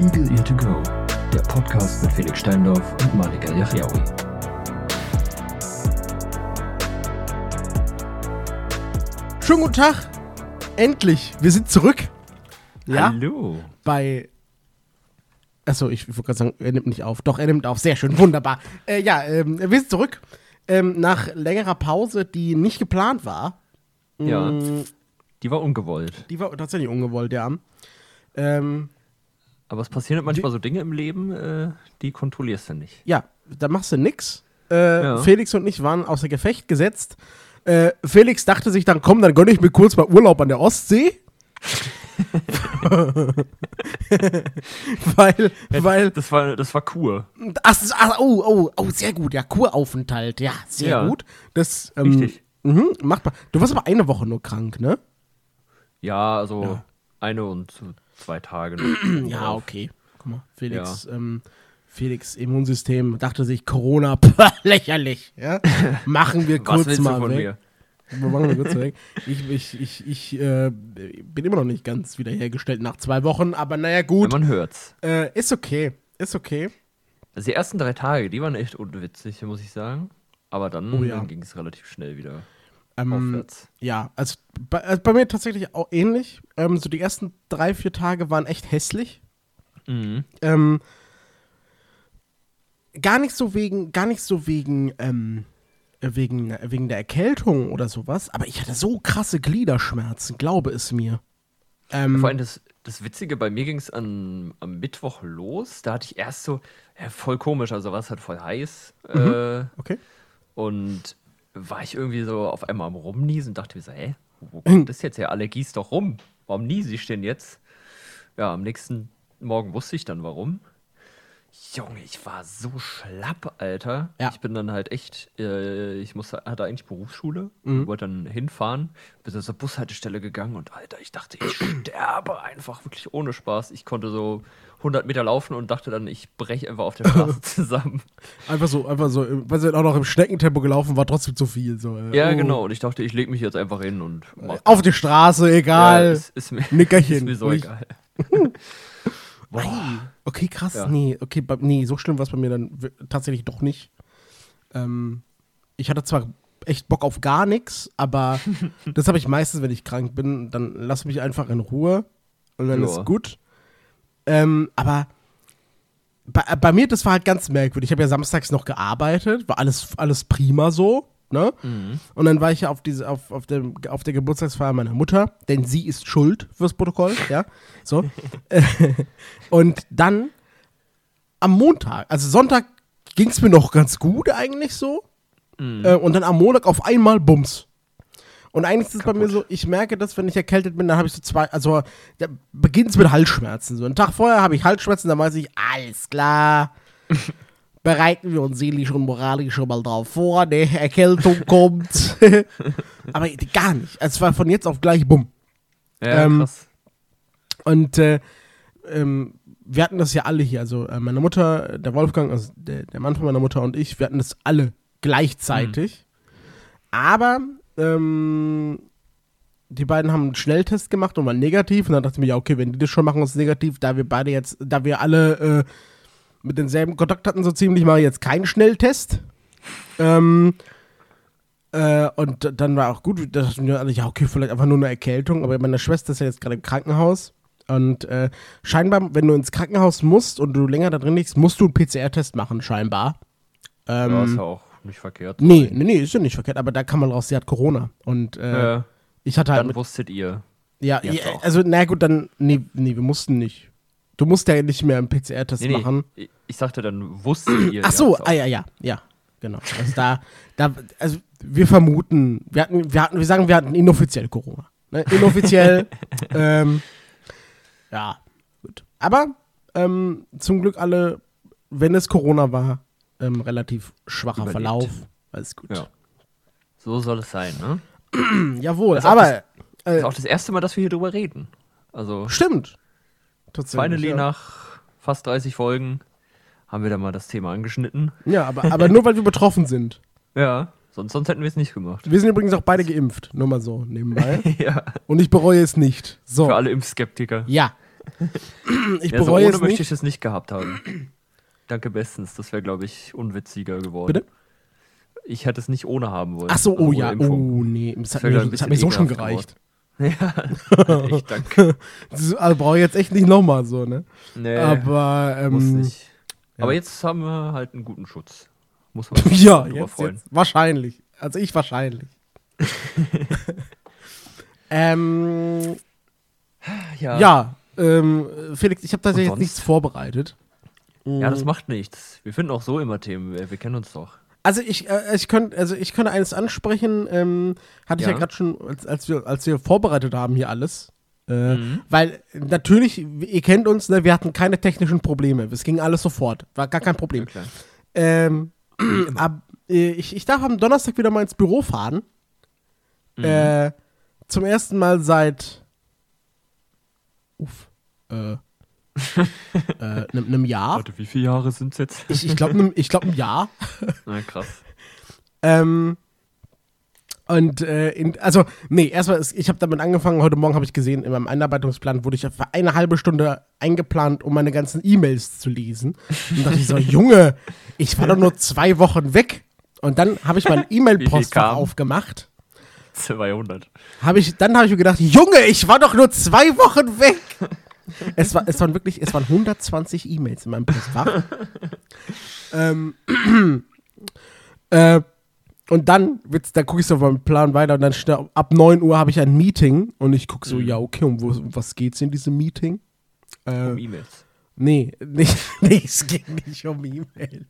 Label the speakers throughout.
Speaker 1: Eagle Ear to Go, der Podcast mit Felix Steindorf und Malika Yachiaoui.
Speaker 2: Schönen guten Tag. Endlich, wir sind zurück. Ja,
Speaker 1: Hallo.
Speaker 2: bei. Achso, ich wollte gerade sagen, er nimmt nicht auf. Doch, er nimmt auf. Sehr schön, wunderbar. Äh, ja, ähm, wir sind zurück. Ähm, nach längerer Pause, die nicht geplant war.
Speaker 1: Ja,
Speaker 2: Mm.
Speaker 1: die war ungewollt.
Speaker 2: Die war tatsächlich ungewollt, ja. Ähm,
Speaker 1: Aber es passieren halt manchmal so Dinge im Leben, äh, die kontrollierst du nicht.
Speaker 2: ja, da machst du nix. Äh,
Speaker 1: Ja.
Speaker 2: Felix und ich waren außer Gefecht gesetzt. Äh, Felix dachte sich dann, komm, dann gönne ich mir kurz mal Urlaub an der Ostsee. weil, weil
Speaker 1: Das war, das war Kur.
Speaker 2: Ach, s- ach, oh, oh, oh, sehr gut. Ja, Kuraufenthalt. Ja, sehr
Speaker 1: Ja.
Speaker 2: gut. Das, ähm,
Speaker 1: Richtig.
Speaker 2: Mhm, machbar. Du warst aber eine Woche nur krank, ne?
Speaker 1: Ja, also eine und so zwei Tage. noch
Speaker 2: Ja,
Speaker 1: drauf.
Speaker 2: okay. Guck mal, Felix, ähm, Felix Immunsystem dachte sich, Corona, pah, lächerlich. Ja? Machen wir
Speaker 1: Was
Speaker 2: kurz
Speaker 1: willst
Speaker 2: mal
Speaker 1: du von
Speaker 2: weg.
Speaker 1: mir?
Speaker 2: Wir machen wir kurz weg. Ich, ich, ich, ich äh, bin immer noch nicht ganz wiederhergestellt nach zwei Wochen, aber naja,
Speaker 1: Ja,
Speaker 2: gut.
Speaker 1: man hört's.
Speaker 2: Äh, ist okay. Ist okay.
Speaker 1: Also die ersten drei Tage, die waren echt unwitzig, muss ich sagen. Aber dann,
Speaker 2: Oh ja.
Speaker 1: dann ging es relativ schnell wieder
Speaker 2: Ähm,
Speaker 1: aufwärts.
Speaker 2: Ja, also bei, also bei mir tatsächlich auch ähnlich. Ähm, so die ersten drei, vier Tage waren echt hässlich.
Speaker 1: Mhm.
Speaker 2: Ähm, gar nicht so wegen, gar nicht so wegen, ähm, wegen, wegen der Erkältung oder sowas, aber ich hatte so krasse Gliederschmerzen, glaube es mir. Ähm,
Speaker 1: Vor allem das, das Witzige, bei mir ging es am Mittwoch los. Da hatte ich erst so, ja, voll komisch, also war es halt voll heiß.
Speaker 2: Mhm.
Speaker 1: Äh,
Speaker 2: okay.
Speaker 1: und war ich irgendwie so auf einmal am Rumniesen und dachte mir so, hä, wo kommt das jetzt her? Allergie ist doch rum. Warum niese ich denn jetzt? Ja, am nächsten Morgen wusste ich dann warum. Junge, ich war so schlapp, Alter.
Speaker 2: Ja.
Speaker 1: Ich bin dann halt echt, äh, ich musste, hatte eigentlich Berufsschule, wollte dann hinfahren, bin dann zur Bushaltestelle gegangen und Alter, ich dachte, ich sterbe einfach wirklich ohne Spaß. Ich konnte so 100 Meter laufen und dachte dann, ich breche einfach auf der Straße zusammen.
Speaker 2: Einfach so, einfach so, äh, weil sie auch noch im Schneckentempo gelaufen war, trotzdem zu viel. So, äh,
Speaker 1: Ja,
Speaker 2: oh.
Speaker 1: genau. Und ich dachte, ich lege mich jetzt einfach hin und mach.
Speaker 2: Auf die Straße, egal.
Speaker 1: Ja, ist, ist mir,
Speaker 2: Nickerchen.
Speaker 1: Ist mir so
Speaker 2: Ruhig. Hm.
Speaker 1: egal.
Speaker 2: Ei. Okay, krass.
Speaker 1: Ja.
Speaker 2: Nee, okay, bei, nee, so schlimm war es bei mir dann w- tatsächlich doch nicht. Ähm, ich hatte zwar echt Bock auf gar nichts, aber das habe ich meistens, wenn ich krank bin, dann lass mich einfach in Ruhe und dann
Speaker 1: Ja.
Speaker 2: ist gut. Ähm, aber bei, äh, bei mir, das war halt ganz merkwürdig. Ich habe ja samstags noch gearbeitet, war alles, alles prima so. Ne? Und dann war ich ja auf, diese, auf, auf, dem, auf der Geburtstagsfeier meiner Mutter, denn sie ist schuld fürs Protokoll, ja. So. Und dann am Montag, also Sonntag ging es mir noch ganz gut eigentlich so. Äh, und dann am Montag auf einmal Bums. Und eigentlich ist es bei mir so, ich merke das, wenn ich erkältet bin, dann habe ich so zwei, also da beginnt es mit Halsschmerzen. So einen Tag vorher habe ich Halsschmerzen, dann weiß ich, alles klar. Bereiten wir uns seelisch und moralisch schon mal drauf vor, ne, Erkältung kommt. Aber gar nicht. Also, Es war von jetzt auf gleich bumm.
Speaker 1: Ja,
Speaker 2: Ähm,
Speaker 1: krass.
Speaker 2: Und äh, ähm, wir hatten das ja alle hier. Also äh, meine Mutter, äh, der Wolfgang, also der, der Mann von meiner Mutter und ich, wir hatten das alle gleichzeitig. Aber ähm, die beiden haben einen Schnelltest gemacht und waren negativ. Und dann dachte ich mir, ja, okay, wenn die das schon machen, ist es negativ, da wir beide jetzt, da wir alle äh, mit denselben Kontakt hatten, so ziemlich, mache ich jetzt keinen Schnelltest. Ähm, äh, und d- dann war auch gut, da dachten wir alle, ja, okay, vielleicht einfach nur eine Erkältung, aber meine Schwester ist ja jetzt gerade im Krankenhaus. Und äh, scheinbar, wenn du ins Krankenhaus musst und du länger da drin liegst, musst du einen PCR-Test machen, scheinbar. Ähm,
Speaker 1: ja, ist ja auch nicht verkehrt.
Speaker 2: nee, nee, nee, ist ja nicht verkehrt, aber da kann man raus, sie hat Corona. Und äh,
Speaker 1: Äh,
Speaker 2: ich hatte halt
Speaker 1: dann
Speaker 2: mit,
Speaker 1: wusstet ihr.
Speaker 2: ja, ja,
Speaker 1: jetzt auch.
Speaker 2: also na gut, dann, nee, nee, wir mussten nicht. Du musst ja nicht mehr einen PCR-Test
Speaker 1: Nee, nee,
Speaker 2: machen.
Speaker 1: Ich, ich sagte, dann wusstet ihr.
Speaker 2: Ach so,
Speaker 1: ja,
Speaker 2: ah, ja, ja, ja, genau. Also da, da, also wir vermuten, wir hatten, wir hatten, wir sagen, wir hatten inoffiziell Corona. Ne? Inoffiziell, ähm, ja, gut. Aber ähm, zum Glück alle, wenn es Corona war, ähm, relativ schwacher
Speaker 1: Überlebt.
Speaker 2: Verlauf. Alles gut.
Speaker 1: Ja. So soll es sein, ne?
Speaker 2: Jawohl,
Speaker 1: Ist auch
Speaker 2: aber
Speaker 1: Also,
Speaker 2: äh,
Speaker 1: ist auch das erste Mal, dass wir hier drüber reden. Also,
Speaker 2: stimmt. Tatsächlich,
Speaker 1: finally
Speaker 2: ja.
Speaker 1: nach fast 30 Folgen haben wir da mal das Thema angeschnitten.
Speaker 2: Ja, aber, aber nur weil wir betroffen sind.
Speaker 1: Ja, sonst, sonst hätten wir es nicht gemacht.
Speaker 2: Wir sind übrigens auch beide geimpft, nur mal so nebenbei.
Speaker 1: ja,
Speaker 2: Und ich bereue es nicht. So.
Speaker 1: für alle Impfskeptiker.
Speaker 2: Ja, Ich
Speaker 1: Ja, so
Speaker 2: bereue
Speaker 1: ohne
Speaker 2: es
Speaker 1: möchte
Speaker 2: nicht.
Speaker 1: ich es nicht gehabt haben. Danke bestens. Das wäre, glaube ich, unwitziger geworden.
Speaker 2: Bitte?
Speaker 1: Ich hätte es nicht ohne haben wollen.
Speaker 2: Ach so,
Speaker 1: Also
Speaker 2: oh
Speaker 1: ohne
Speaker 2: ja,
Speaker 1: Impfung.
Speaker 2: oh nee, das hat
Speaker 1: Das wär,
Speaker 2: mir,
Speaker 1: glaub ich,
Speaker 2: das hat
Speaker 1: ein
Speaker 2: mir so schon
Speaker 1: bisschen
Speaker 2: gereicht.
Speaker 1: ekelhaft geworden. Ja, ich danke.
Speaker 2: Das ist- Also brauche ich jetzt echt nicht nochmal so, ne?
Speaker 1: Nee,
Speaker 2: Aber,
Speaker 1: Äh, muss
Speaker 2: ähm,
Speaker 1: nicht. Aber jetzt haben wir halt einen guten Schutz. Muss man sich
Speaker 2: ja,
Speaker 1: drüber
Speaker 2: jetzt,
Speaker 1: freuen.
Speaker 2: jetzt, wahrscheinlich. Also ich wahrscheinlich. ähm,
Speaker 1: Ja, ja.
Speaker 2: ja, ähm, Felix, ich habe tatsächlich
Speaker 1: Ah.
Speaker 2: jetzt
Speaker 1: Und sonst?
Speaker 2: nichts vorbereitet.
Speaker 1: das macht nichts. Wir finden auch so immer Themen. Wir, wir kennen uns doch.
Speaker 2: Also ich, äh, ich könnte, also ich könnte eines ansprechen, ähm, hatte ich ja
Speaker 1: Ja.
Speaker 2: gerade schon, als, als wir, als wir vorbereitet haben hier alles. Äh,
Speaker 1: Mhm.
Speaker 2: Weil natürlich, ihr kennt uns, ne, wir hatten keine technischen Probleme. Es ging alles sofort. War gar kein Problem.
Speaker 1: Ja, klar.
Speaker 2: Ähm, ab, äh, ich, ich darf am Donnerstag wieder mal ins Büro fahren.
Speaker 1: Mhm.
Speaker 2: Äh, zum ersten Mal seit uff, äh, äh, einem einem Jahr.
Speaker 1: Warte, wie viele Jahre sind es jetzt?
Speaker 2: Ich, ich glaube, ich glaub, ein Jahr.
Speaker 1: Na, krass.
Speaker 2: Ähm, und äh, in, also, nee, erstmal, ist- ich habe damit angefangen, heute Morgen habe ich gesehen, in meinem Einarbeitungsplan wurde ich für eine halbe Stunde eingeplant, um meine ganzen E-Mails zu lesen. Und dachte ich so, Junge, ich war doch nur zwei Wochen weg. Und dann habe ich mein E-Mail-Postfach
Speaker 1: kam?
Speaker 2: aufgemacht.
Speaker 1: 200.
Speaker 2: Hab ich, dann habe ich mir gedacht, Junge, ich war doch nur zwei Wochen weg. es, war, es waren wirklich, es waren 120 E-Mails in meinem Postfach. ähm, äh, und dann, wird's- dann gucke ich so auf meinen Plan weiter und dann steht, ab 9 Uhr habe ich ein Meeting und ich gucke so, ja, okay, um, wo, um was geht's in diesem Meeting? Äh,
Speaker 1: Um E-Mails.
Speaker 2: nee, nicht, nee, es geht nicht um E-Mails.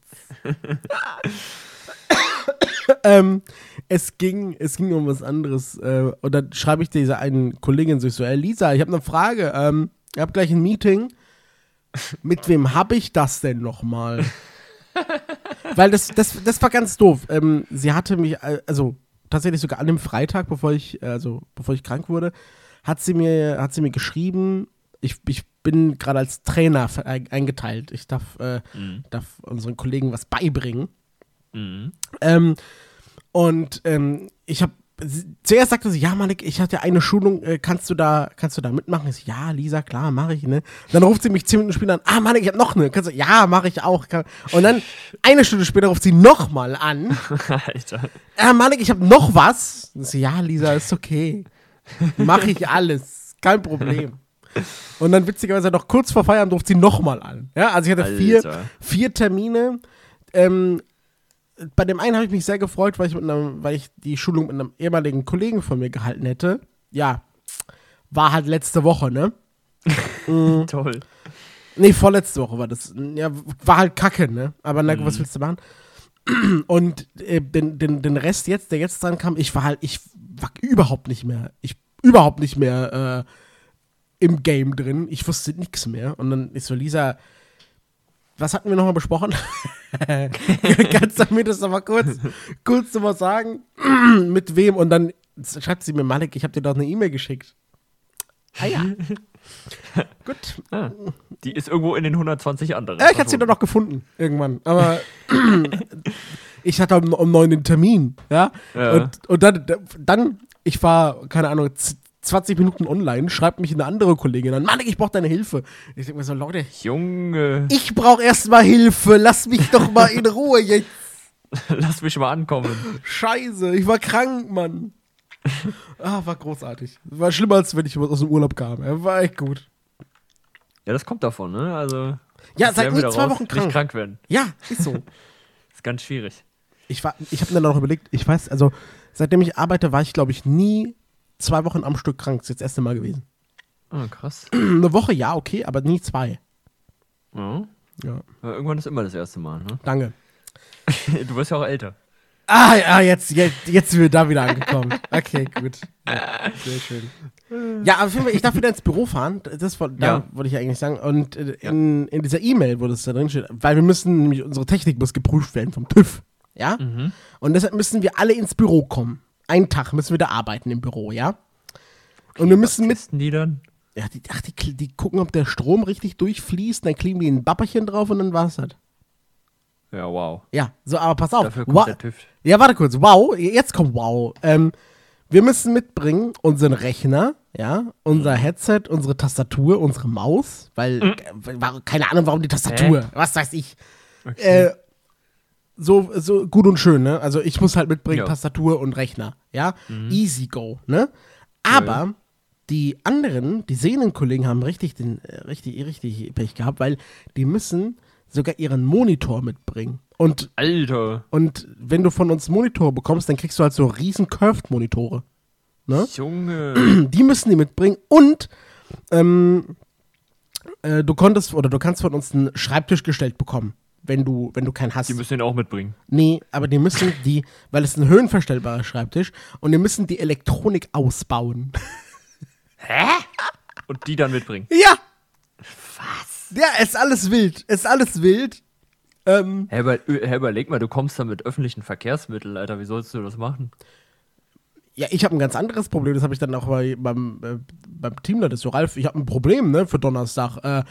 Speaker 2: ähm, es ging, es ging um was anderes. Äh, und dann schreibe ich dieser einen Kollegin so, ich so, ey Lisa, ich habe eine Frage. Ähm, ich habe gleich ein Meeting. Mit wem habe ich das denn nochmal? Weil das, das, das war ganz doof. Ähm, sie hatte mich, äh, also tatsächlich sogar an dem Freitag, bevor ich, äh, also bevor ich krank wurde, hat sie mir, hat sie mir geschrieben, ich, ich bin gerade als Trainer ver- ein- eingeteilt. Ich darf, äh, darf unseren Kollegen was beibringen.
Speaker 1: Mhm.
Speaker 2: Ähm, und ähm, ich habe zuerst sagte sie, ja, Malik, ich hatte eine Schulung, äh, kannst du da, kannst du da mitmachen? Ich so, ja, Lisa, klar, mache ich, ne? Dann ruft sie mich zehn Minuten später an, ah, Malik, ich habe noch eine. Kannst du, ja, mache ich auch. Kann, und dann eine Stunde später ruft sie nochmal an,
Speaker 1: Alter.
Speaker 2: ah, Malik, ich habe noch was. Ich so, ja, Lisa, ist okay. Mache ich alles, kein Problem. Und dann witzigerweise noch kurz vor Feierabend ruft sie nochmal an. Ja, also ich hatte vier,
Speaker 1: Alter.
Speaker 2: vier Termine. Ähm, bei dem einen habe ich mich sehr gefreut, weil ich, mit einem, weil ich die Schulung mit einem ehemaligen Kollegen von mir gehalten hätte. Ja, war halt letzte Woche, ne?
Speaker 1: Toll.
Speaker 2: Nee, vorletzte Woche war das. Ja, war halt kacke, ne? Aber na gut, was willst du machen? Und äh, den, den, den Rest jetzt, der jetzt dran kam, ich war halt, ich war überhaupt nicht mehr, ich überhaupt nicht mehr äh, im Game drin. Ich wusste nichts mehr. Und dann ist so, Lisa, was hatten wir nochmal besprochen? Kannst du mir das nochmal kurz, kurz nochmal sagen? Mit wem? Und dann schreibt sie mir, Malik, ich habe dir doch eine E-Mail geschickt. Ah ja. gut.
Speaker 1: Die ist irgendwo in den 120 anderen.
Speaker 2: Ja, Äh, ich hatte sie dann noch gefunden, irgendwann. Aber ich hatte um, um neun den Termin, ja.
Speaker 1: Ja.
Speaker 2: Und, und dann, dann, ich war, keine Ahnung, z- 20 Minuten online, schreibt mich eine andere Kollegin an, Mann, ich brauche deine Hilfe. Ich denke mir so, Leute,
Speaker 1: Junge,
Speaker 2: ich brauche erstmal Hilfe, lass mich doch mal in Ruhe jetzt.
Speaker 1: lass mich mal ankommen.
Speaker 2: Scheiße, ich war krank, Mann. Ah, war großartig. War schlimmer, als wenn ich aus dem Urlaub kam. Ja, War echt gut.
Speaker 1: Ja, das kommt davon, ne? Also.
Speaker 2: Ja,
Speaker 1: jetzt
Speaker 2: seid
Speaker 1: lernen
Speaker 2: nie
Speaker 1: wir
Speaker 2: zwei
Speaker 1: daraus,
Speaker 2: Wochen krank.
Speaker 1: Nicht krank werden.
Speaker 2: Ja, ist so.
Speaker 1: Ist ganz schwierig.
Speaker 2: Ich, war- ich habe mir dann auch überlegt, ich weiß, also seitdem ich arbeite, war ich, glaube ich, nie zwei Wochen am Stück krank. Das ist jetzt das erste Mal gewesen.
Speaker 1: Ah, krass.
Speaker 2: Eine Woche ja, okay, aber nie zwei.
Speaker 1: Ja.
Speaker 2: Ja,
Speaker 1: Ja, Irgendwann ist immer das erste Mal, ne?
Speaker 2: danke.
Speaker 1: Du wirst ja auch älter.
Speaker 2: Ah, ja, jetzt, jetzt, jetzt sind wir da wieder angekommen. Okay, gut. Ja, sehr schön. Ja, aber auf jeden Fall, ich darf wieder ins Büro fahren. Das wollte da
Speaker 1: Ja.
Speaker 2: wollte ich eigentlich sagen. Und äh, in, in dieser E-Mail, wo das da drin steht, weil wir müssen nämlich, unsere Technik muss geprüft werden vom TÜV. Ja? Und deshalb müssen wir alle ins Büro kommen. Einen Tag müssen wir da arbeiten im Büro, ja? Und wir müssen mit
Speaker 1: Misten die dann?
Speaker 2: Ja, die, ach, die, kl- die gucken, ob der Strom richtig durchfließt, dann kleben die ein Bapperchen drauf und dann war's halt. das.
Speaker 1: Ja, wow.
Speaker 2: Ja, so, aber pass auf.
Speaker 1: Dafür kommt
Speaker 2: Wa-
Speaker 1: der TÜV.
Speaker 2: Ja, warte kurz. Wow, jetzt kommt wow. Ähm, wir müssen mitbringen unseren Rechner, ja, unser
Speaker 1: Mhm.
Speaker 2: Headset, unsere Tastatur, unsere Maus, weil äh, war- keine Ahnung, warum die Tastatur, was weiß ich. Äh, so, so gut und schön, ne? Also ich muss halt mitbringen
Speaker 1: Ja. Mhm.
Speaker 2: Tastatur und Rechner, ja? Easy go, ne? Aber die anderen, die Sehnenkollegen haben richtig den äh, richtig richtig Pech gehabt, weil die müssen sogar ihren Monitor mitbringen. Und
Speaker 1: Alter.
Speaker 2: und wenn du von uns einen Monitor bekommst, dann kriegst du halt so riesen Curved Monitore.
Speaker 1: Junge.
Speaker 2: Die müssen die mitbringen und ähm, äh, du konntest oder du kannst von uns einen Schreibtisch gestellt bekommen, wenn du, wenn du keinen hast.
Speaker 1: Die müssen den auch mitbringen.
Speaker 2: nee, aber die müssen die, weil es ein höhenverstellbarer Schreibtisch und die müssen die Elektronik ausbauen.
Speaker 1: Und die dann mitbringen.
Speaker 2: ja! Was? Ja, ist alles wild. Ist alles wild. Ähm,
Speaker 1: Hey, über, hey, äh, überleg mal, du kommst da mit öffentlichen Verkehrsmitteln, Alter. Wie sollst du das machen?
Speaker 2: ja, ich habe ein ganz anderes Problem. Das habe ich dann auch bei, beim, äh, beim Teamleiter so, Ralf, ich habe ein Problem, ne, für Donnerstag. Äh,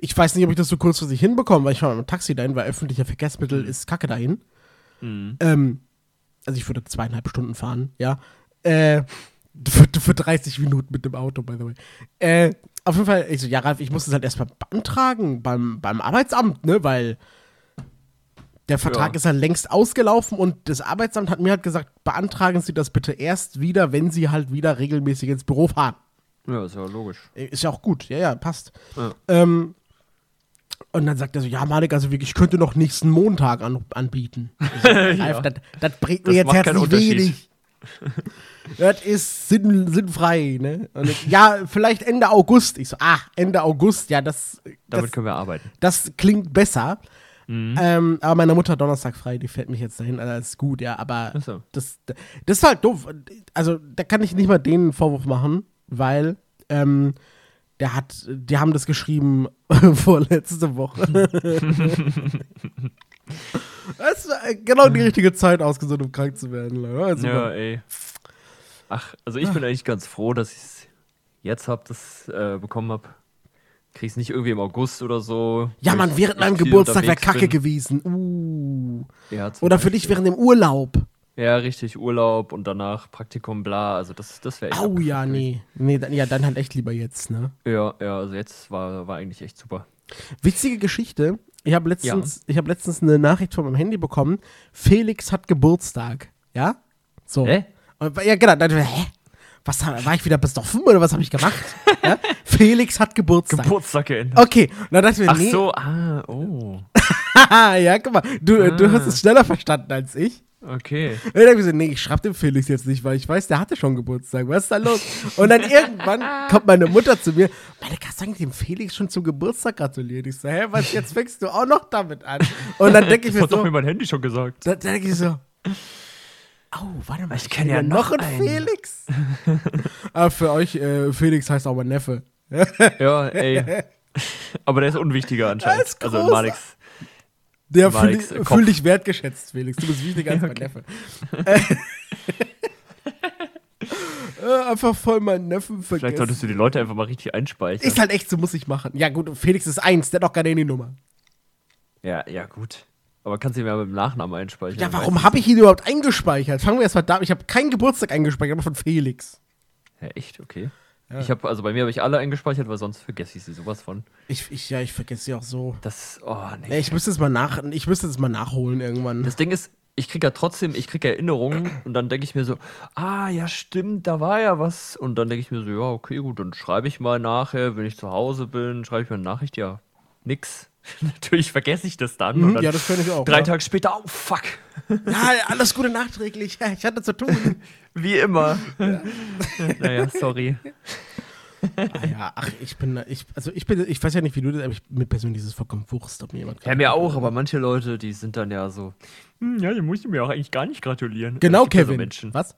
Speaker 2: ich weiß nicht, ob ich das so kurzfristig hinbekomme, weil ich fahre mit dem Taxi dahin, weil öffentlicher Verkehrsmittel ist kacke dahin. Ähm, also ich würde zweieinhalb Stunden fahren, ja. Äh, für, für 30 Minuten mit dem Auto, by the way. Äh, auf jeden Fall, ich so, ja, Ralf, ich muss das halt erstmal beantragen beim, beim Arbeitsamt, ne, weil der Vertrag
Speaker 1: Ja.
Speaker 2: ist halt längst ausgelaufen und das Arbeitsamt hat mir halt gesagt, beantragen Sie das bitte erst wieder, wenn Sie halt wieder regelmäßig ins Büro fahren.
Speaker 1: Ja, ist ja logisch.
Speaker 2: Äh, Ist ja auch gut, ja, ja, passt.
Speaker 1: Ja.
Speaker 2: Ähm, und dann sagt er so, ja, Malik, also wirklich, ich könnte noch nächsten Montag an, anbieten. Ich so, Ralf, das, das bringt mir
Speaker 1: Das
Speaker 2: jetzt
Speaker 1: macht keinen
Speaker 2: herzlich
Speaker 1: Unterschied.
Speaker 2: wenig. das ist sinn, sinnfrei, ne? Und ich, ja, vielleicht Ende August. Ich so, ah, Ende August, ja, das, das,
Speaker 1: Damit können wir arbeiten.
Speaker 2: das klingt besser.
Speaker 1: Mhm.
Speaker 2: Ähm, aber meine Mutter hat Donnerstag frei, die fährt mich jetzt dahin, also ist gut, ja, aber
Speaker 1: Ach so.
Speaker 2: das, das ist halt doof. Also da kann ich nicht mal denen einen Vorwurf machen, weil ähm, der hat, die haben das geschrieben vorletzte Woche. das war genau die richtige Zeit ausgesucht, um krank zu werden. Leute. Also,
Speaker 1: Ja, ey. Ach, also ich
Speaker 2: Ah.
Speaker 1: bin eigentlich ganz froh, dass ich es jetzt hab, das äh, bekommen hab. Krieg's nicht irgendwie im August oder so.
Speaker 2: ja,
Speaker 1: wo
Speaker 2: Mann,
Speaker 1: ich
Speaker 2: während meinem
Speaker 1: echt viel
Speaker 2: Geburtstag wäre
Speaker 1: unterwegs
Speaker 2: Kacke
Speaker 1: bin.
Speaker 2: gewesen. Uh.
Speaker 1: Ja, zum
Speaker 2: Oder für dich während dem Urlaub.
Speaker 1: Ja, richtig, Urlaub und danach Praktikum, bla. Also das, das wäre echt.
Speaker 2: Au
Speaker 1: abgefuckt
Speaker 2: ja, nee. Nee, dann, ja, dann halt echt lieber jetzt, ne?
Speaker 1: Ja, ja, also jetzt war, war eigentlich echt super.
Speaker 2: Witzige Geschichte. Ich habe letztens, ich habe letztens eine Nachricht von meinem Handy bekommen. Felix hat Geburtstag. Ja? So.
Speaker 1: Hä?
Speaker 2: Und, ja, genau. Dann, hä? Was, hab- war ich wieder besoffen oder was habe ich gemacht? ja? Felix hat Geburtstag.
Speaker 1: Geburtstag geändert.
Speaker 2: okay. Und dann dachte ich mir,
Speaker 1: Ach
Speaker 2: Oh, nee.
Speaker 1: so, ah, oh.
Speaker 2: Haha, ja, guck mal. Du, äh, du
Speaker 1: Ah.
Speaker 2: hast es schneller verstanden als ich.
Speaker 1: Okay.
Speaker 2: Und dann hab ich gesagt, nee, ich schreibe dem Felix jetzt nicht, weil ich weiß, der hatte schon Geburtstag. Was ist da los? Und dann irgendwann kommt meine Mutter zu mir, meine kannst du eigentlich dem Felix schon zum Geburtstag gratulieren? Ich so, hä, was, jetzt fängst du auch noch damit an? Und dann denke ich
Speaker 1: Das
Speaker 2: mir
Speaker 1: hat doch
Speaker 2: so,
Speaker 1: mir mein Handy schon gesagt.
Speaker 2: dann denke ich so, au, warte mal,
Speaker 1: Ich kenn ja
Speaker 2: noch
Speaker 1: noch
Speaker 2: einen
Speaker 1: einen.
Speaker 2: Felix. Aber für euch, äh, Felix heißt auch mein Neffe.
Speaker 1: Ja, ey. Aber der ist unwichtiger anscheinend.
Speaker 2: ist
Speaker 1: also
Speaker 2: groß.
Speaker 1: Malix.
Speaker 2: Der
Speaker 1: War
Speaker 2: fühl,
Speaker 1: nix, äh,
Speaker 2: fühl
Speaker 1: Kopf.
Speaker 2: dich wertgeschätzt, Felix. Du bist wichtiger als mein Neffe. äh, einfach voll meinen Neffen vergessen.
Speaker 1: Vielleicht solltest du die Leute einfach mal richtig einspeichern.
Speaker 2: Ist halt echt so, muss ich machen. Ja, gut, Felix ist eins, der hat auch keine Handynummer.
Speaker 1: Ja, ja, gut. Aber kannst du mir ja mit dem Nachnamen einspeichern?
Speaker 2: Ja, warum habe ich ihn überhaupt eingespeichert? Fangen wir erstmal da an. Ich habe keinen Geburtstag eingespeichert, aber von Felix.
Speaker 1: Ja, echt? Okay. Ich habe also bei mir habe ich alle eingespeichert, weil sonst vergesse ich sie sowas von.
Speaker 2: Ich, ich, ja, ich vergesse sie auch so.
Speaker 1: Das oh nee.
Speaker 2: Ja, ich müsste es mal nach, ich müsste es mal nachholen irgendwann.
Speaker 1: Das Ding ist, ich kriege ja trotzdem, ich kriege Erinnerungen und dann denke ich mir so, ah ja, stimmt, da war ja was und dann denke ich mir so, ja, okay, gut, dann schreibe ich mal nachher, wenn ich zu Hause bin, schreibe ich mir eine Nachricht, ja, nix. Natürlich vergesse ich das dann und
Speaker 2: Mhm,
Speaker 1: dann
Speaker 2: ja, das kann ich auch.
Speaker 1: drei
Speaker 2: ja.
Speaker 1: Tage später, oh fuck.
Speaker 2: ja, alles Gute nachträglich. Ja, ich hatte zu tun.
Speaker 1: Wie immer. naja, sorry.
Speaker 2: ah, ja, ach, ich bin, ich, also ich bin, ich weiß ja nicht, wie du das, aber ich, mir persönlich ist es vollkommen Wurst, ob mir jemand
Speaker 1: Ja, mir auch, aber manche Leute, die sind dann ja so, hm, ja, die musst du mir auch eigentlich gar nicht gratulieren.
Speaker 2: Genau,
Speaker 1: Es gibt ja
Speaker 2: Kevin.
Speaker 1: So Menschen.
Speaker 2: Was?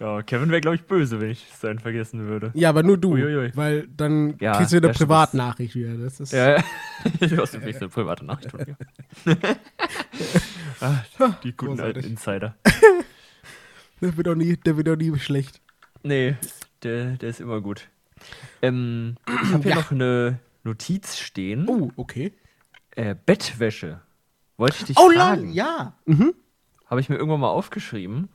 Speaker 1: Ja, Kevin wäre, glaube ich, böse, wenn ich seinen vergessen würde.
Speaker 2: Ja, aber nur du.
Speaker 1: Uiuiui.
Speaker 2: Weil dann
Speaker 1: Ja,
Speaker 2: kriegst du eine
Speaker 1: ja, stimmt.
Speaker 2: Privatnachricht wieder. Das ist,
Speaker 1: Ja, ja. du hast übrigens eine private Nachricht von mir. ah, die guten
Speaker 2: Großartig.
Speaker 1: alten Insider.
Speaker 2: Der wird auch nie, der wird auch nie schlecht.
Speaker 1: Nee, der, der ist immer gut. Ähm, ich habe hier
Speaker 2: Ja.
Speaker 1: noch eine Notiz stehen.
Speaker 2: Oh, okay.
Speaker 1: Äh, Bettwäsche. Wollte ich dich
Speaker 2: Oh, lol,
Speaker 1: fragen.
Speaker 2: ja.
Speaker 1: Habe ich mir irgendwann mal aufgeschrieben.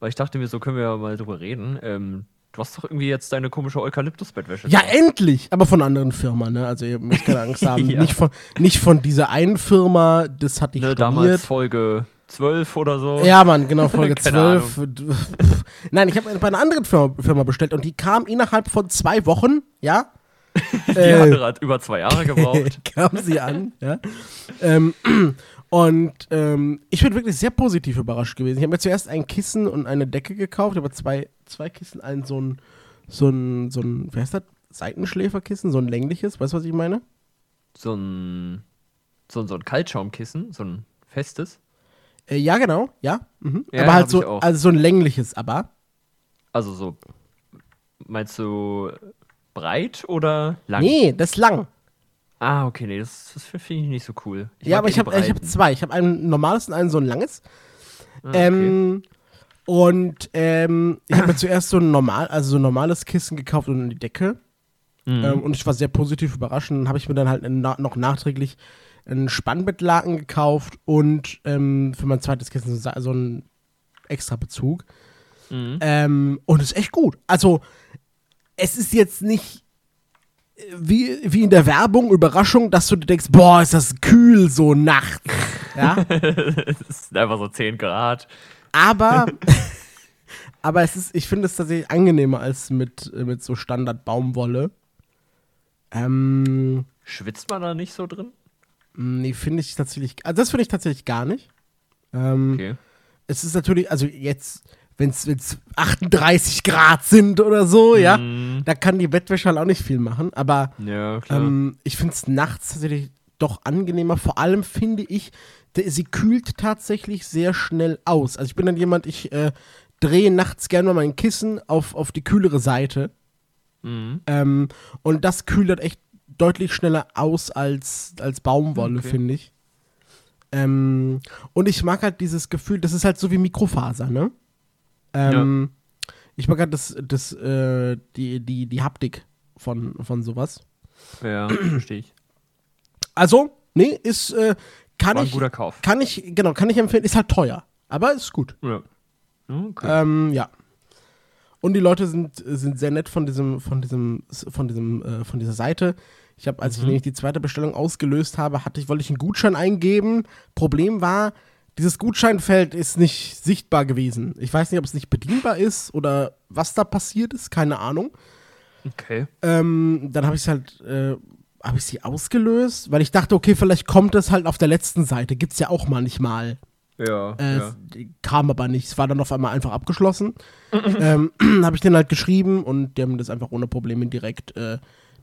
Speaker 1: Weil ich dachte mir, so können wir ja mal drüber reden. Ähm, du hast doch irgendwie jetzt deine komische Eukalyptusbettwäsche.
Speaker 2: Ja, endlich! Aber von einer anderen Firma, ne? Also ihr müsst keine Angst haben.
Speaker 1: Ja.
Speaker 2: nicht, von, nicht von dieser einen Firma, das hatte ich
Speaker 1: ne, damals
Speaker 2: storniert.
Speaker 1: Folge 12 oder so.
Speaker 2: Ja, Mann, genau, Folge
Speaker 1: Keine
Speaker 2: 12. Pff, Nein, ich habe bei einer anderen Firma, Firma bestellt und die kam innerhalb von zwei Wochen, ja,
Speaker 1: Die
Speaker 2: äh.
Speaker 1: andere hat über zwei Jahre gebraucht.
Speaker 2: kam sie an, ja. Ähm, und ähm, ich bin wirklich sehr positiv überrascht gewesen. Ich habe mir zuerst ein Kissen und eine Decke gekauft, aber zwei, zwei Kissen, ein so ein, so ein, so ein, wie heißt das? Seitenschläferkissen, so ein längliches, weißt du, was ich meine?
Speaker 1: so, ein, so, ein, so ein Kaltschaumkissen, so ein festes.
Speaker 2: Äh, ja, genau, ja. Mhm.
Speaker 1: Ja,
Speaker 2: aber
Speaker 1: hab
Speaker 2: halt
Speaker 1: ich
Speaker 2: so,
Speaker 1: auch.
Speaker 2: also so ein längliches, aber.
Speaker 1: Also so, meinst du breit oder lang?
Speaker 2: Nee, das ist lang.
Speaker 1: Ah, okay, nee, das, das finde ich nicht so cool.
Speaker 2: ja,
Speaker 1: mag
Speaker 2: aber
Speaker 1: eh
Speaker 2: ich habe
Speaker 1: die
Speaker 2: ich hab
Speaker 1: breiten.
Speaker 2: zwei. Ich habe ein normales und ein so ein langes.
Speaker 1: Ah, okay.
Speaker 2: Ähm, und ähm, ich habe mir zuerst so ein, normal, also so ein normales Kissen gekauft und eine Decke.
Speaker 1: Mhm.
Speaker 2: Ähm, und ich war sehr positiv überrascht. Und Dann habe ich mir dann halt na noch nachträglich einen Spannbettlaken gekauft und ähm, für mein zweites Kissen so, so einen extra Bezug.
Speaker 1: Mhm.
Speaker 2: Ähm, und ist echt gut. Also, es ist jetzt nicht äh, wie, wie in der Werbung Überraschung, dass du dir denkst, boah, ist das kühl so nachts. Ja?
Speaker 1: Es sind einfach so 10 Grad.
Speaker 2: Aber, aber es ist, ich finde es tatsächlich angenehmer als mit, äh, mit so Standard Baumwolle. Ähm,
Speaker 1: Schwitzt man da nicht so drin?
Speaker 2: nee, finde ich tatsächlich, also das finde ich tatsächlich gar nicht. Ähm,
Speaker 1: Okay.
Speaker 2: Es ist natürlich, also jetzt, wenn es 38 Grad sind oder so, ja,
Speaker 1: Mhm.
Speaker 2: da kann die Bettwäsche halt auch nicht viel machen, aber
Speaker 1: Ja, klar.
Speaker 2: Ähm, ich finde es nachts tatsächlich doch angenehmer. Vor allem finde ich, de- sie kühlt tatsächlich sehr schnell aus. Also ich bin dann jemand, ich äh, drehe nachts gerne mal mein Kissen auf, auf die kühlere Seite.
Speaker 1: mhm.
Speaker 2: Ähm, und das kühlt halt echt deutlich schneller aus als, als Baumwolle,
Speaker 1: Okay.
Speaker 2: finde ich. Ähm, und ich mag halt dieses Gefühl, das ist halt so wie Mikrofaser, ne? Ähm, Ich mag halt das, das, äh, die, die, die Haptik von, von sowas.
Speaker 1: Ja, verstehe ich.
Speaker 2: Also, nee, ist, äh, kann
Speaker 1: War ein
Speaker 2: ich,
Speaker 1: guter Kauf.
Speaker 2: kann ich, genau, kann ich empfehlen, ist halt teuer, aber ist gut.
Speaker 1: Ja. Hm, Okay.
Speaker 2: Ähm, ja. Und die Leute sind, sind sehr nett von diesem, von diesem, von diesem, äh, von dieser Seite. Ich habe,
Speaker 1: Mhm.
Speaker 2: als ich nämlich die zweite Bestellung ausgelöst habe, hatte ich, wollte ich einen Gutschein eingeben. Problem war, dieses Gutscheinfeld ist nicht sichtbar gewesen. Ich weiß nicht, ob es nicht bedienbar ist oder was da passiert ist, keine Ahnung. Äh,
Speaker 1: Okay.
Speaker 2: Ähm, dann habe ich halt, äh, habe ich sie ausgelöst, weil ich dachte, okay, vielleicht kommt das halt auf der letzten Seite. Gibt's ja auch manchmal.
Speaker 1: Ja.
Speaker 2: Äh,
Speaker 1: ja.
Speaker 2: es Kam aber nicht. Es war dann auf einmal einfach abgeschlossen. ähm, habe ich den halt geschrieben und die haben das einfach ohne Probleme direkt äh,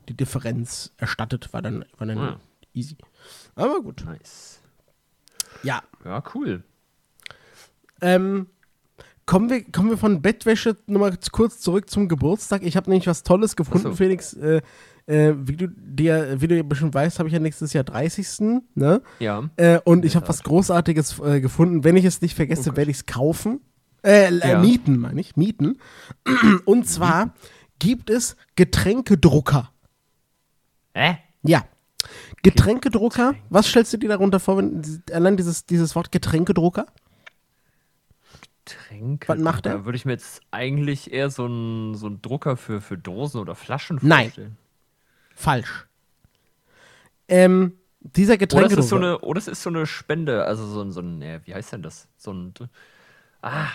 Speaker 2: die Differenz erstattet. War dann, war dann
Speaker 1: Ah.
Speaker 2: easy. Aber gut.
Speaker 1: Nice.
Speaker 2: Ja.
Speaker 1: Ja, cool.
Speaker 2: Ähm, kommen, wir, kommen wir von Bettwäsche nochmal kurz zurück zum Geburtstag. Ich habe nämlich was Tolles gefunden,
Speaker 1: Ach so.
Speaker 2: Felix. Äh, äh, wie, du dir, wie du bestimmt weißt, habe ich ja nächstes Jahr 30. Ne?
Speaker 1: Ja. Oh
Speaker 2: Äh, und ich habe was Großartiges äh, gefunden. Wenn ich es nicht vergesse, werde ich es kaufen. Äh, l- äh,
Speaker 1: Ja.
Speaker 2: Mieten, meine ich. Mieten. Und zwar gibt es Getränkedrucker.
Speaker 1: Hä?
Speaker 2: Ja. Getränkedrucker. Was stellst du dir darunter vor, wenn allein dieses, dieses Wort Getränkedrucker?
Speaker 1: Tränke.
Speaker 2: Was macht er?
Speaker 1: Da würde ich mir jetzt eigentlich eher so einen so einen Drucker für, für Dosen oder Flaschen
Speaker 2: Nein.
Speaker 1: vorstellen.
Speaker 2: Falsch. Ähm, dieser
Speaker 1: Oder
Speaker 2: Getränke.
Speaker 1: es Oh, ist so eine, oder es ist so eine Spende, also so ein, so ein äh, wie heißt denn das? So ein, ah,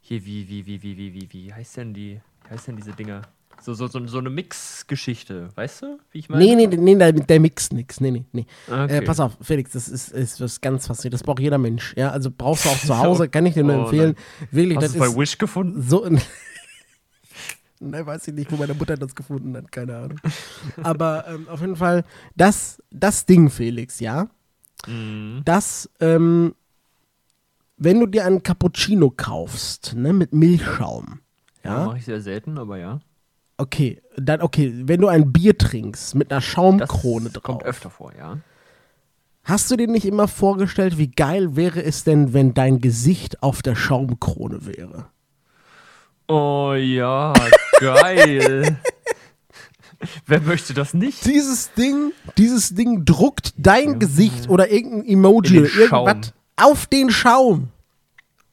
Speaker 1: hier, wie, wie, wie, wie, wie, wie, wie heißt denn die, wie heißt denn diese Dinger? So, so, so, so eine Mix-Geschichte, weißt du, wie ich meine?
Speaker 2: Nee, nee, nee, nee, der, der mixt nix. Nee, nee, nee.
Speaker 1: Ah, Okay.
Speaker 2: Äh, pass auf, Felix, das ist, ist was ganz faszinierend. Das braucht jeder Mensch. Ja, also brauchst du auch zu Hause, kann ich dir nur
Speaker 1: Oh,
Speaker 2: empfehlen. Wirklich,
Speaker 1: Hast
Speaker 2: das
Speaker 1: du es
Speaker 2: ist
Speaker 1: bei Wish gefunden?
Speaker 2: so. Nein, weiß ich nicht, wo meine Mutter das gefunden hat, keine Ahnung. Aber ähm, auf jeden Fall, das, das Ding, Felix, ja,
Speaker 1: Mhm.
Speaker 2: das, ähm, wenn du dir einen Cappuccino kaufst, ne, mit Milchschaum,
Speaker 1: Ja,
Speaker 2: ja,
Speaker 1: mache ich sehr selten, aber ja.
Speaker 2: okay, dann, okay, wenn du ein Bier trinkst mit einer
Speaker 1: Das
Speaker 2: Schaumkrone
Speaker 1: kommt
Speaker 2: drauf,
Speaker 1: öfter vor, ja.
Speaker 2: hast du dir nicht immer vorgestellt, wie geil wäre es denn, wenn dein Gesicht auf der Schaumkrone wäre?
Speaker 1: Oh ja, geil. Wer möchte das nicht?
Speaker 2: dieses Ding, dieses Ding druckt dein Gesicht oder irgendein Emoji
Speaker 1: In
Speaker 2: oder
Speaker 1: den Schaum.
Speaker 2: irgendwas auf den Schaum.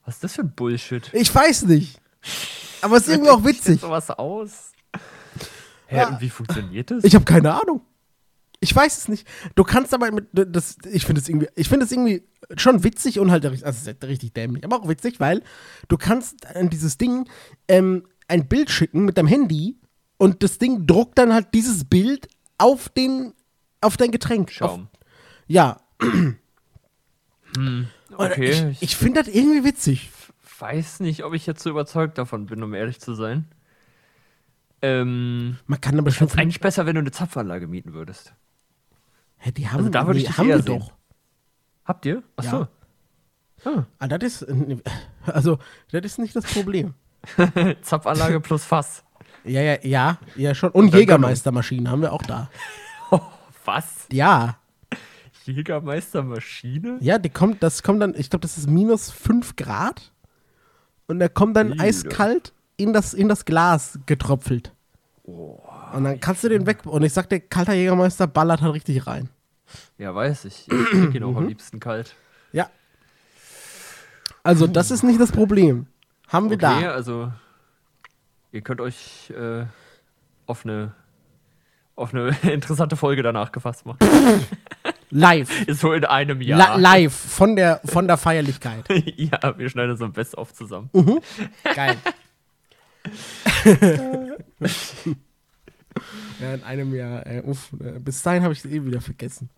Speaker 1: Was ist das für ein Bullshit?
Speaker 2: Ich weiß nicht. Aber es ist irgendwie auch witzig.
Speaker 1: sowas aus? Hä,
Speaker 2: Ja.
Speaker 1: und wie funktioniert das?
Speaker 2: Ich habe keine Ahnung. Ich weiß es nicht. Du kannst aber mit das ich finde es irgendwie ich finde es irgendwie schon witzig und halt richtig- also richtig dämlich, aber auch witzig, weil du kannst an dieses Ding ähm, ein Bild schicken mit deinem Handy und das Ding druckt dann halt dieses Bild auf den auf dein Getränk. Auf,
Speaker 1: Schaum.
Speaker 2: ja. Oder
Speaker 1: Okay,
Speaker 2: Ich, ich finde das irgendwie witzig.
Speaker 1: ich weiß nicht, ob ich jetzt so überzeugt davon bin, um ehrlich zu sein. Ähm,
Speaker 2: Man kann aber schon
Speaker 1: ist eigentlich besser, wenn du eine Zapfanlage mieten würdest.
Speaker 2: Hä, die haben
Speaker 1: also da würde ich
Speaker 2: die
Speaker 1: dich
Speaker 2: haben
Speaker 1: eher
Speaker 2: die
Speaker 1: sehen.
Speaker 2: doch.
Speaker 1: Habt ihr? Achso. Ah,
Speaker 2: Ah, das ist also das ist nicht das Problem.
Speaker 1: Zapfanlage plus Fass.
Speaker 2: Ja, ja, ja, ja schon. Und
Speaker 1: dann
Speaker 2: Jägermeistermaschinen haben wir auch da.
Speaker 1: Was?
Speaker 2: Ja,
Speaker 1: Jägermeistermaschine?
Speaker 2: ja, die kommt, das kommt dann, ich glaube, das ist minus 5 Grad. Und da kommt dann
Speaker 1: Jude.
Speaker 2: eiskalt in das, in das Glas getröpfelt. und dann kannst du den weg. Und ich sag dir, kalter Jägermeister ballert halt richtig rein.
Speaker 1: Ja, weiß ich. Ich trinke ihn auch am liebsten kalt.
Speaker 2: Ja. Also, das ist nicht das Problem. Haben wir
Speaker 1: Okay,
Speaker 2: da.
Speaker 1: also ihr könnt euch äh, auf eine auf eine interessante Folge danach gefasst machen.
Speaker 2: Live.
Speaker 1: Ist so in einem
Speaker 2: La
Speaker 1: Jahr.
Speaker 2: live von der, von der Feierlichkeit.
Speaker 1: ja, wir schneiden so ein Best-of zusammen.
Speaker 2: Uh. Geil. ja, in einem Jahr. Äh, uff, äh, bis dahin habe ich es eh wieder vergessen.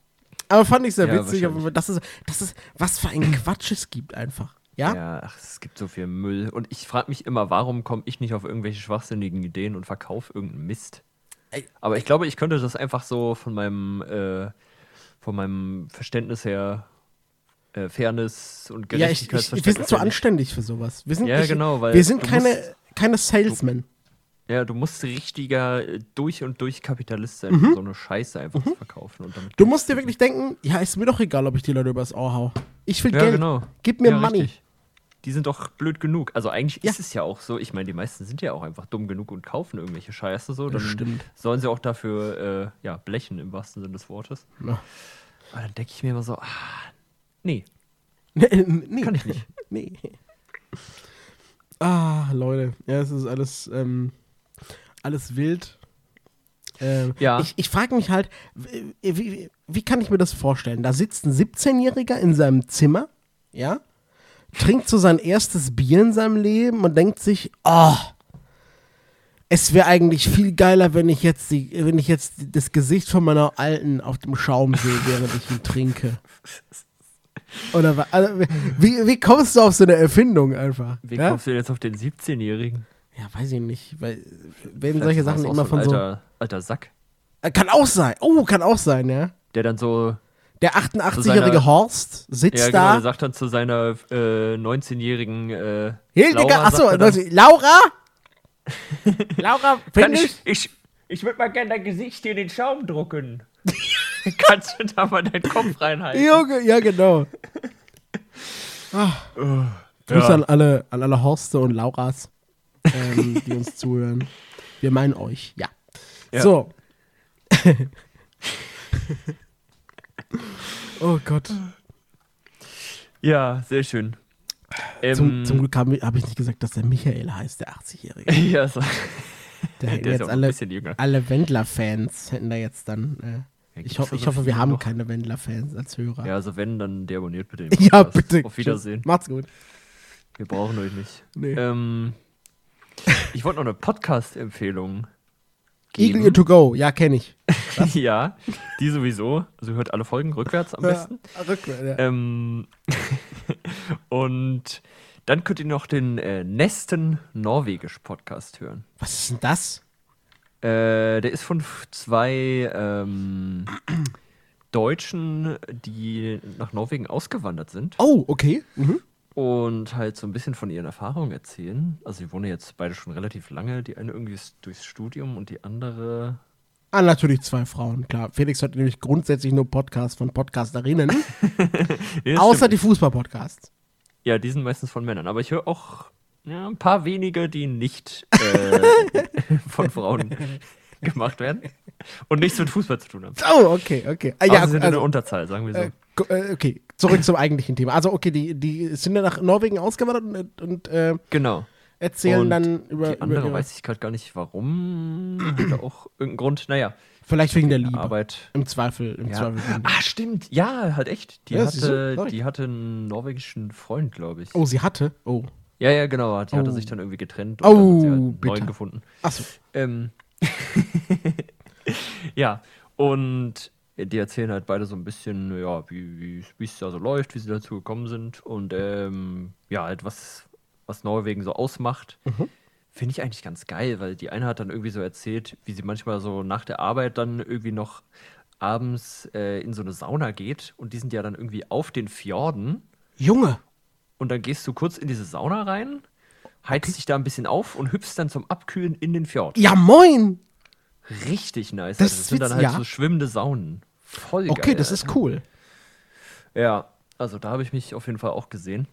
Speaker 2: Aber fand ich sehr
Speaker 1: Ja,
Speaker 2: witzig. Aber das ist, das ist, was für ein Quatsch es gibt einfach. Ja?
Speaker 1: Ja, ach, es gibt so viel Müll. Und ich frage mich immer, warum komme ich nicht auf irgendwelche schwachsinnigen Ideen und verkaufe irgendeinen Mist?
Speaker 2: Ey.
Speaker 1: Aber ich glaube, ich könnte das einfach so von meinem, äh, von meinem Verständnis her, äh, Fairness
Speaker 2: Ja,
Speaker 1: und
Speaker 2: ich, ich, wir
Speaker 1: Gerechtigkeitsverständnis.
Speaker 2: sind zu anständig für sowas. Wir sind,
Speaker 1: Ja,
Speaker 2: ich,
Speaker 1: genau, weil
Speaker 2: wir sind
Speaker 1: du
Speaker 2: keine,
Speaker 1: musst-
Speaker 2: keine Salesmen.
Speaker 1: Ja, du musst richtiger äh, durch und durch Kapitalist sein, um so eine Scheiße einfach zu verkaufen. Und damit
Speaker 2: Mhm. Du musst dir wirklich denken, ja, ist mir doch egal, ob ich die Leute übers Ohr hau. Ich will Geld. Gib mir
Speaker 1: Ja,
Speaker 2: Money.
Speaker 1: richtig. Die sind doch blöd genug. Also eigentlich
Speaker 2: Ja.
Speaker 1: ist es ja auch so. Ich meine, die meisten sind ja auch einfach dumm genug und kaufen irgendwelche Scheiße so. Dann
Speaker 2: stimmt.
Speaker 1: sollen sie auch dafür äh, ja, blechen im wahrsten Sinne des Wortes.
Speaker 2: Ja.
Speaker 1: Aber dann denke ich mir immer so, ah, nee.
Speaker 2: Nee, äh, nee.
Speaker 1: Kann ich nicht.
Speaker 2: Nee. Ah, Leute. Ja, es ist alles, ähm, alles wild. Ähm,
Speaker 1: Ja.
Speaker 2: Ich, ich frage mich halt, wie, wie, wie kann ich mir das vorstellen? Da sitzt ein 17-Jähriger in seinem Zimmer, ja, trinkt so sein erstes Bier in seinem Leben und denkt sich, oh, es wäre eigentlich viel geiler, wenn ich jetzt die, wenn ich jetzt das Gesicht von meiner Alten auf dem Schaum sehe, während ich ihn trinke. Oder wa- also, wie, wie kommst du auf so eine Erfindung einfach?
Speaker 1: Wie
Speaker 2: ja?
Speaker 1: kommst du denn jetzt auf den 17-Jährigen?
Speaker 2: ja, weiß ich nicht. Weil werden solche
Speaker 1: Vielleicht
Speaker 2: Sachen
Speaker 1: war es auch
Speaker 2: immer
Speaker 1: so
Speaker 2: von
Speaker 1: ein
Speaker 2: so.
Speaker 1: alter, Alter Sack,
Speaker 2: Äh, Kann auch sein. Oh, kann auch sein, ja.
Speaker 1: der dann so,
Speaker 2: Der
Speaker 1: So
Speaker 2: 88-jährige
Speaker 1: seiner-
Speaker 2: Horst sitzt
Speaker 1: ja, genau,
Speaker 2: da.
Speaker 1: der sagt dann zu seiner äh, 19-jährigen äh,
Speaker 2: hey, Digga,
Speaker 1: Laura,
Speaker 2: achso,
Speaker 1: sagt er dann,
Speaker 2: Leute, Laura? Laura,
Speaker 1: Kann
Speaker 2: finde ich.
Speaker 1: ich, ich, ich würde mal gerne dein Gesicht hier in den Schaum drucken. Kannst du da mal deinen Kopf reinhalten?
Speaker 2: Junge, ja, genau. Grüße
Speaker 1: Ja.
Speaker 2: an, alle, an alle Horste und Lauras, ähm, die uns zuhören. Wir meinen euch, ja.
Speaker 1: Ja.
Speaker 2: So. oh Gott.
Speaker 1: Ähm. Ja, sehr schön. Ähm,
Speaker 2: Zum, zum Glück habe hab ich nicht gesagt, dass der Michael heißt, der 80-Jährige.
Speaker 1: ja, so.
Speaker 2: Der hätten
Speaker 1: Der ist
Speaker 2: jetzt
Speaker 1: auch ein
Speaker 2: alle,
Speaker 1: bisschen jünger.
Speaker 2: alle Wendler-Fans hätten da jetzt dann. Äh,
Speaker 1: gibt's
Speaker 2: ich, ho
Speaker 1: da so
Speaker 2: ich hoffe, wir
Speaker 1: viele
Speaker 2: haben
Speaker 1: noch?
Speaker 2: keine Wendler-Fans als Hörer.
Speaker 1: ja, also wenn, dann deabonniert bitte den
Speaker 2: Ja,
Speaker 1: Podcast.
Speaker 2: bitte.
Speaker 1: Auf Wiedersehen.
Speaker 2: Tschüss. Macht's gut.
Speaker 1: Wir brauchen euch nicht.
Speaker 2: Nee.
Speaker 1: Ähm, ich wollte noch eine Podcast-Empfehlung
Speaker 2: Eagle
Speaker 1: geben.
Speaker 2: Ear to go, ja, kenne ich.
Speaker 1: ja, die sowieso. Also hört alle Folgen rückwärts am besten.
Speaker 2: Ja, rückwärts, ja.
Speaker 1: Ähm, und dann könnt ihr noch den äh, Nesten Norwegisch Podcast hören.
Speaker 2: Was ist denn das?
Speaker 1: Äh, der ist von f- zwei ähm, Deutschen, die nach Norwegen ausgewandert sind
Speaker 2: Oh, okay. Mhm.
Speaker 1: und halt so ein bisschen von ihren Erfahrungen erzählen. Also die wohnen jetzt beide schon relativ lange. Die eine irgendwie ist durchs Studium und die andere
Speaker 2: Ah, natürlich zwei Frauen, klar. Felix hört nämlich grundsätzlich nur Podcasts von Podcasterinnen,
Speaker 1: Nee, das
Speaker 2: außer
Speaker 1: stimmt.
Speaker 2: die Fußball-Podcasts.
Speaker 1: ja, die sind meistens von Männern. Aber ich höre auch ja, ein paar wenige, die nicht äh, von Frauen gemacht werden und nichts mit Fußball zu tun haben.
Speaker 2: Oh, okay, okay. Ah,
Speaker 1: Ja,
Speaker 2: ja,
Speaker 1: also sie sind in der
Speaker 2: also,
Speaker 1: Unterzahl, sagen wir so.
Speaker 2: äh, äh, okay, zurück zum eigentlichen Thema. Also, okay, die, die sind dann nach Norwegen ausgewandert und, und äh,
Speaker 1: Genau.
Speaker 2: erzählen
Speaker 1: Und
Speaker 2: dann über.
Speaker 1: Die andere
Speaker 2: über, über
Speaker 1: weiß ich gerade gar nicht, warum. Hat auch irgendeinen Grund. Naja,
Speaker 2: vielleicht wegen der Liebe.
Speaker 1: Arbeit.
Speaker 2: Im Zweifel, im
Speaker 1: Ja.
Speaker 2: Zweifel. wegen-
Speaker 1: Ah, stimmt. Ja, halt echt. Die,
Speaker 2: Ja, siehst du?
Speaker 1: hatte,
Speaker 2: Sag ich.
Speaker 1: die hatte einen norwegischen Freund, glaube ich.
Speaker 2: Oh, sie hatte. Oh.
Speaker 1: Ja, ja, genau. Die
Speaker 2: Oh.
Speaker 1: hatte sich dann irgendwie getrennt
Speaker 2: Oh,
Speaker 1: und dann hat sie halt einen
Speaker 2: bitter.
Speaker 1: neuen gefunden.
Speaker 2: Achso.
Speaker 1: Ähm. ja, und die erzählen halt beide so ein bisschen, ja, wie wie- wie es da so läuft, wie sie dazu gekommen sind und ähm, ja, halt was, was Norwegen so ausmacht. Finde ich eigentlich ganz geil, weil die eine hat dann irgendwie so erzählt, wie sie manchmal so nach der Arbeit dann irgendwie noch abends äh, in so eine Sauna geht und die sind ja dann irgendwie auf den Fjorden
Speaker 2: Junge.
Speaker 1: und dann gehst du kurz in diese Sauna rein, heizt dich da ein bisschen auf und hüpfst dann zum Abkühlen in den Fjord.
Speaker 2: Ja, moin.
Speaker 1: Richtig nice.
Speaker 2: Das
Speaker 1: Das, also,
Speaker 2: ist
Speaker 1: das sind dann halt
Speaker 2: witzig, ja.
Speaker 1: so schwimmende Saunen. Voll geil.
Speaker 2: Okay, das ist cool.
Speaker 1: Alter. Ja, also da habe ich mich auf jeden Fall auch gesehen.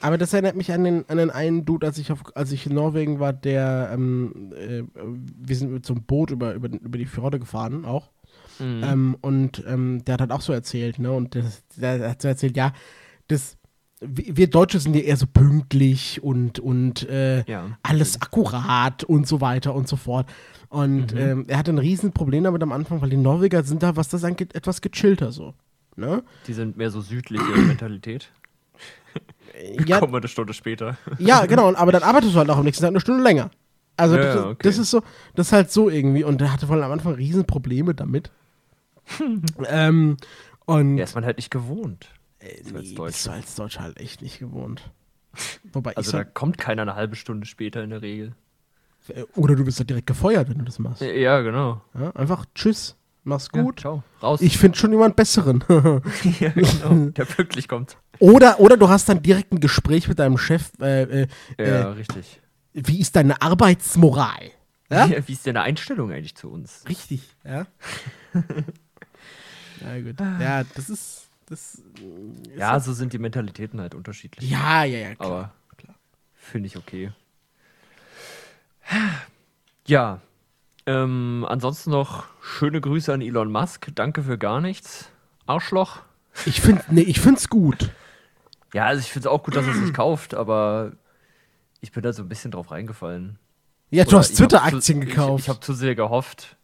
Speaker 2: Aber das erinnert mich an den, an den einen Dude, als ich, auf, als ich in Norwegen war, der, ähm, äh, wir sind mit so einem Boot über, über, über die Fjorde gefahren auch. Ähm, und ähm, der hat halt auch so erzählt, ne? Und das, der hat so erzählt, ja, das, wir wir Deutsche sind ja eher so pünktlich und, und äh,
Speaker 1: Ja.
Speaker 2: alles akkurat und so weiter und so fort. Und ähm, er hatte ein Riesenproblem damit am Anfang, weil die Norweger sind da, was das angeht, etwas gechillter so. Ne?
Speaker 1: Die sind mehr so südliche Mentalität.
Speaker 2: Ja,
Speaker 1: Kommen wir eine Stunde später.
Speaker 2: Ja, genau, und- aber dann arbeitest du halt auch am nächsten Tag eine Stunde länger. Also
Speaker 1: Ja,
Speaker 2: das,
Speaker 1: ja,
Speaker 2: ist-
Speaker 1: okay.
Speaker 2: das ist so, das ist halt so irgendwie. Und er hatte vor allem am Anfang riesen Probleme damit. ähm, und
Speaker 1: Ja, halt ist man halt nicht gewohnt.
Speaker 2: Äh, nee,
Speaker 1: als
Speaker 2: bist du
Speaker 1: Deutscher.
Speaker 2: als Deutscher halt echt nicht gewohnt. Wobei
Speaker 1: Also
Speaker 2: ich
Speaker 1: da
Speaker 2: sag,
Speaker 1: kommt keiner eine halbe Stunde später in der Regel.
Speaker 2: äh, oder du bist halt direkt gefeuert, wenn du das machst.
Speaker 1: Ja, genau.
Speaker 2: Ja, einfach tschüss, mach's
Speaker 1: Gut.
Speaker 2: Äh, gut.
Speaker 1: ciao. Raus.
Speaker 2: Ich finde schon jemand besseren.
Speaker 1: ja, genau. Der pünktlich kommt.
Speaker 2: oder, oder du hast dann direkt ein Gespräch mit deinem Chef, äh, äh,
Speaker 1: Ja,
Speaker 2: äh,
Speaker 1: richtig.
Speaker 2: wie ist deine Arbeitsmoral? Ja?
Speaker 1: Wie ist deine Einstellung eigentlich zu uns?
Speaker 2: Richtig, ja. ja, gut. Ja, das ist. Das,
Speaker 1: Ja, so sind die Mentalitäten halt unterschiedlich.
Speaker 2: ja, ja, ja, klar.
Speaker 1: Aber finde ich okay. Ja. Ähm, ansonsten noch schöne Grüße an Elon Musk. Danke für gar nichts. Arschloch.
Speaker 2: Ich finde nee, ich find's gut.
Speaker 1: Ja, also ich finde es auch gut, dass er es nicht kauft, aber ich bin da so ein bisschen drauf reingefallen.
Speaker 2: Ja, du
Speaker 1: Oder
Speaker 2: hast
Speaker 1: ich hab
Speaker 2: Twitter-Aktien
Speaker 1: zu-
Speaker 2: gekauft.
Speaker 1: Ich, ich habe zu sehr gehofft,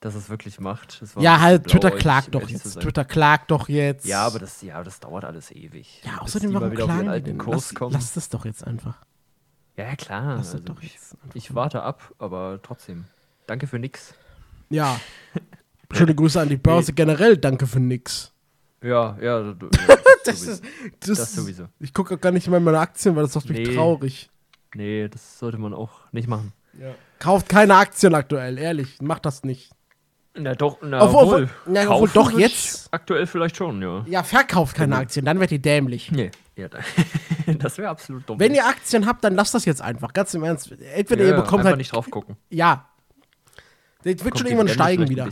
Speaker 1: dass es wirklich macht. Es war ein
Speaker 2: ja,
Speaker 1: bisschen
Speaker 2: halt, Twitter
Speaker 1: blauäugig, um
Speaker 2: klagt doch
Speaker 1: ehrlich zu
Speaker 2: jetzt.
Speaker 1: sein.
Speaker 2: Twitter klagt doch jetzt.
Speaker 1: Ja, aber das, ja, aber das dauert alles ewig.
Speaker 2: Ja,
Speaker 1: Bis
Speaker 2: außerdem,
Speaker 1: die mal
Speaker 2: warum
Speaker 1: wieder auf ihren
Speaker 2: klagen die
Speaker 1: alten
Speaker 2: denn?
Speaker 1: Kurs
Speaker 2: Lass,
Speaker 1: kommen.
Speaker 2: lass das doch jetzt einfach.
Speaker 1: ja, ja, klar.
Speaker 2: Lass das
Speaker 1: Also
Speaker 2: doch
Speaker 1: ich,
Speaker 2: jetzt einfach
Speaker 1: ich warte ab, aber trotzdem. Danke für nix.
Speaker 2: Ja. Schöne Grüße an die Börse generell, danke für nix.
Speaker 1: Ja, ja. d- d- ja,
Speaker 2: Das
Speaker 1: sowieso.
Speaker 2: ist, das,
Speaker 1: Das sowieso.
Speaker 2: Ich gucke auch gar nicht mehr in meine Aktien, weil das macht mich
Speaker 1: Nee.
Speaker 2: traurig.
Speaker 1: nee, das sollte man auch nicht machen.
Speaker 2: Kauft keine Aktien aktuell, ehrlich. Macht das nicht.
Speaker 1: Na doch, na
Speaker 2: Obwohl-
Speaker 1: obwohl,
Speaker 2: na, obwohl
Speaker 1: Kaufen
Speaker 2: doch
Speaker 1: würd ich
Speaker 2: jetzt.
Speaker 1: Aktuell vielleicht schon, ja.
Speaker 2: Ja, verkauft
Speaker 1: Mhm.
Speaker 2: keine Aktien, dann wird die dämlich.
Speaker 1: Nee. Ja, da- das wäre absolut dumm.
Speaker 2: Wenn ihr Aktien habt, dann lasst das jetzt einfach. Ganz im Ernst. Entweder
Speaker 1: ja,
Speaker 2: ihr bekommt
Speaker 1: einfach
Speaker 2: halt.
Speaker 1: nicht drauf gucken.
Speaker 2: Ja. Das wird schon irgendwann steigen wieder.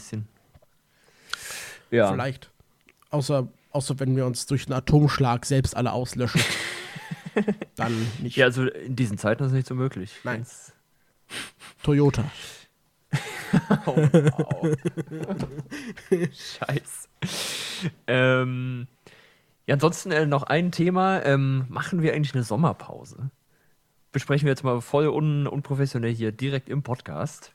Speaker 1: Ja.
Speaker 2: Vielleicht. Außer, außer wenn wir uns durch einen Atomschlag selbst alle auslöschen. dann nicht.
Speaker 1: ja, also in diesen Zeiten ist nicht so möglich.
Speaker 2: Nein.
Speaker 1: Ganz-
Speaker 2: Toyota.
Speaker 1: Scheiß. ähm, ja, ansonsten äh, noch ein Thema. Ähm, machen wir eigentlich eine Sommerpause? Besprechen wir jetzt mal voll un unprofessionell hier direkt im Podcast.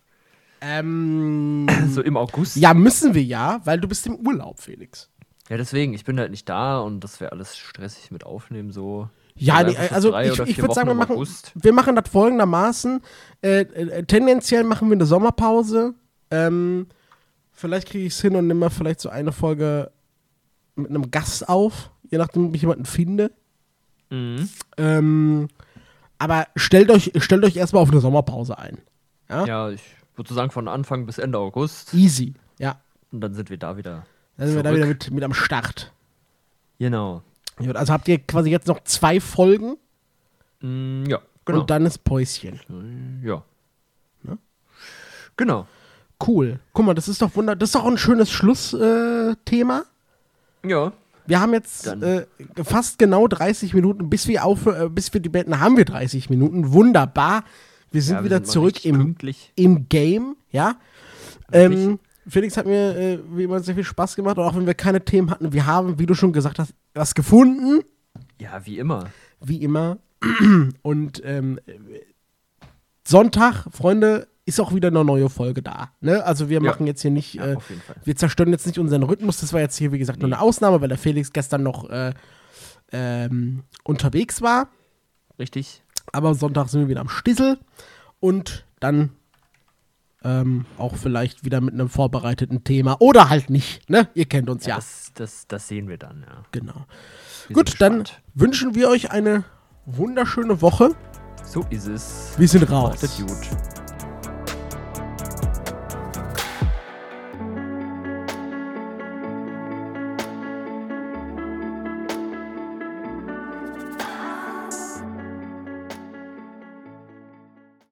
Speaker 2: Ähm,
Speaker 1: So im August.
Speaker 2: ja, müssen wir ja, weil du bist im Urlaub, Felix.
Speaker 1: Ja, deswegen, ich bin halt nicht da und das wäre alles stressig mit aufnehmen so.
Speaker 2: Ja,
Speaker 1: Oder
Speaker 2: nee,
Speaker 1: einfach bis
Speaker 2: also
Speaker 1: drei
Speaker 2: ich,
Speaker 1: oder
Speaker 2: ich
Speaker 1: vier
Speaker 2: würde sagen,
Speaker 1: Wochen
Speaker 2: wir
Speaker 1: im
Speaker 2: machen,
Speaker 1: August.
Speaker 2: wir machen das folgendermaßen. Äh, äh, tendenziell machen wir eine Sommerpause. Ähm, vielleicht kriege ich es hin und nehme mal vielleicht so eine Folge mit einem Gast auf, je nachdem, ob ich jemanden finde.
Speaker 1: Mhm.
Speaker 2: Ähm, aber stellt euch, stellt euch erstmal auf eine Sommerpause ein. Ja?
Speaker 1: Ja, ich würde sagen von Anfang bis Ende August
Speaker 2: Easy. Ja.
Speaker 1: und dann sind wir da wieder.
Speaker 2: Dann sind wir da
Speaker 1: Zurück.
Speaker 2: wieder mit, mit am Start.
Speaker 1: Genau.
Speaker 2: Gut, Also habt ihr quasi jetzt noch zwei Folgen
Speaker 1: Mm, ja, genau.
Speaker 2: und dann ist Päuschen.
Speaker 1: ja. Genau.
Speaker 2: Cool. Guck mal, das ist doch wunder, das ist doch ein schönes Schlussthema. Äh, Thema.
Speaker 1: Ja.
Speaker 2: Wir haben jetzt
Speaker 1: Dann-
Speaker 2: äh, fast genau 30 Minuten, bis wir auf, äh, bis wir die Betten haben wir 30 Minuten. Wunderbar. Wir sind
Speaker 1: ja wir
Speaker 2: wieder
Speaker 1: mal
Speaker 2: zurück
Speaker 1: richtig
Speaker 2: im,
Speaker 1: Pünktlich.
Speaker 2: im Game, ja. Ähm, Felix hat mir äh, wie immer sehr viel Spaß gemacht, und auch wenn wir keine Themen hatten. Wir haben, wie du schon gesagt hast, was gefunden,
Speaker 1: Ja, wie immer.
Speaker 2: wie immer. Und ähm, Sonntag, Freunde, ist auch wieder eine neue Folge da. Ne? Also wir
Speaker 1: Ja.
Speaker 2: machen jetzt hier nicht,
Speaker 1: Ja,
Speaker 2: äh,
Speaker 1: auf jeden Fall.
Speaker 2: wir zerstören jetzt nicht unseren Rhythmus. Das war jetzt hier, wie gesagt, nur eine Ausnahme, weil der Felix gestern noch äh, ähm, unterwegs war.
Speaker 1: Richtig.
Speaker 2: Aber Sonntag sind wir wieder am Stissel und dann ähm, auch vielleicht wieder mit einem vorbereiteten Thema oder halt nicht. Ne? Ihr kennt uns ja.
Speaker 1: Das, das, das sehen wir dann, ja.
Speaker 2: Genau.
Speaker 1: Wir
Speaker 2: Gut,
Speaker 1: sind
Speaker 2: dann
Speaker 1: gespannt.
Speaker 2: wünschen wir euch eine wunderschöne Woche.
Speaker 1: So ist es.
Speaker 2: Wir sind raus.
Speaker 1: Macht es gut.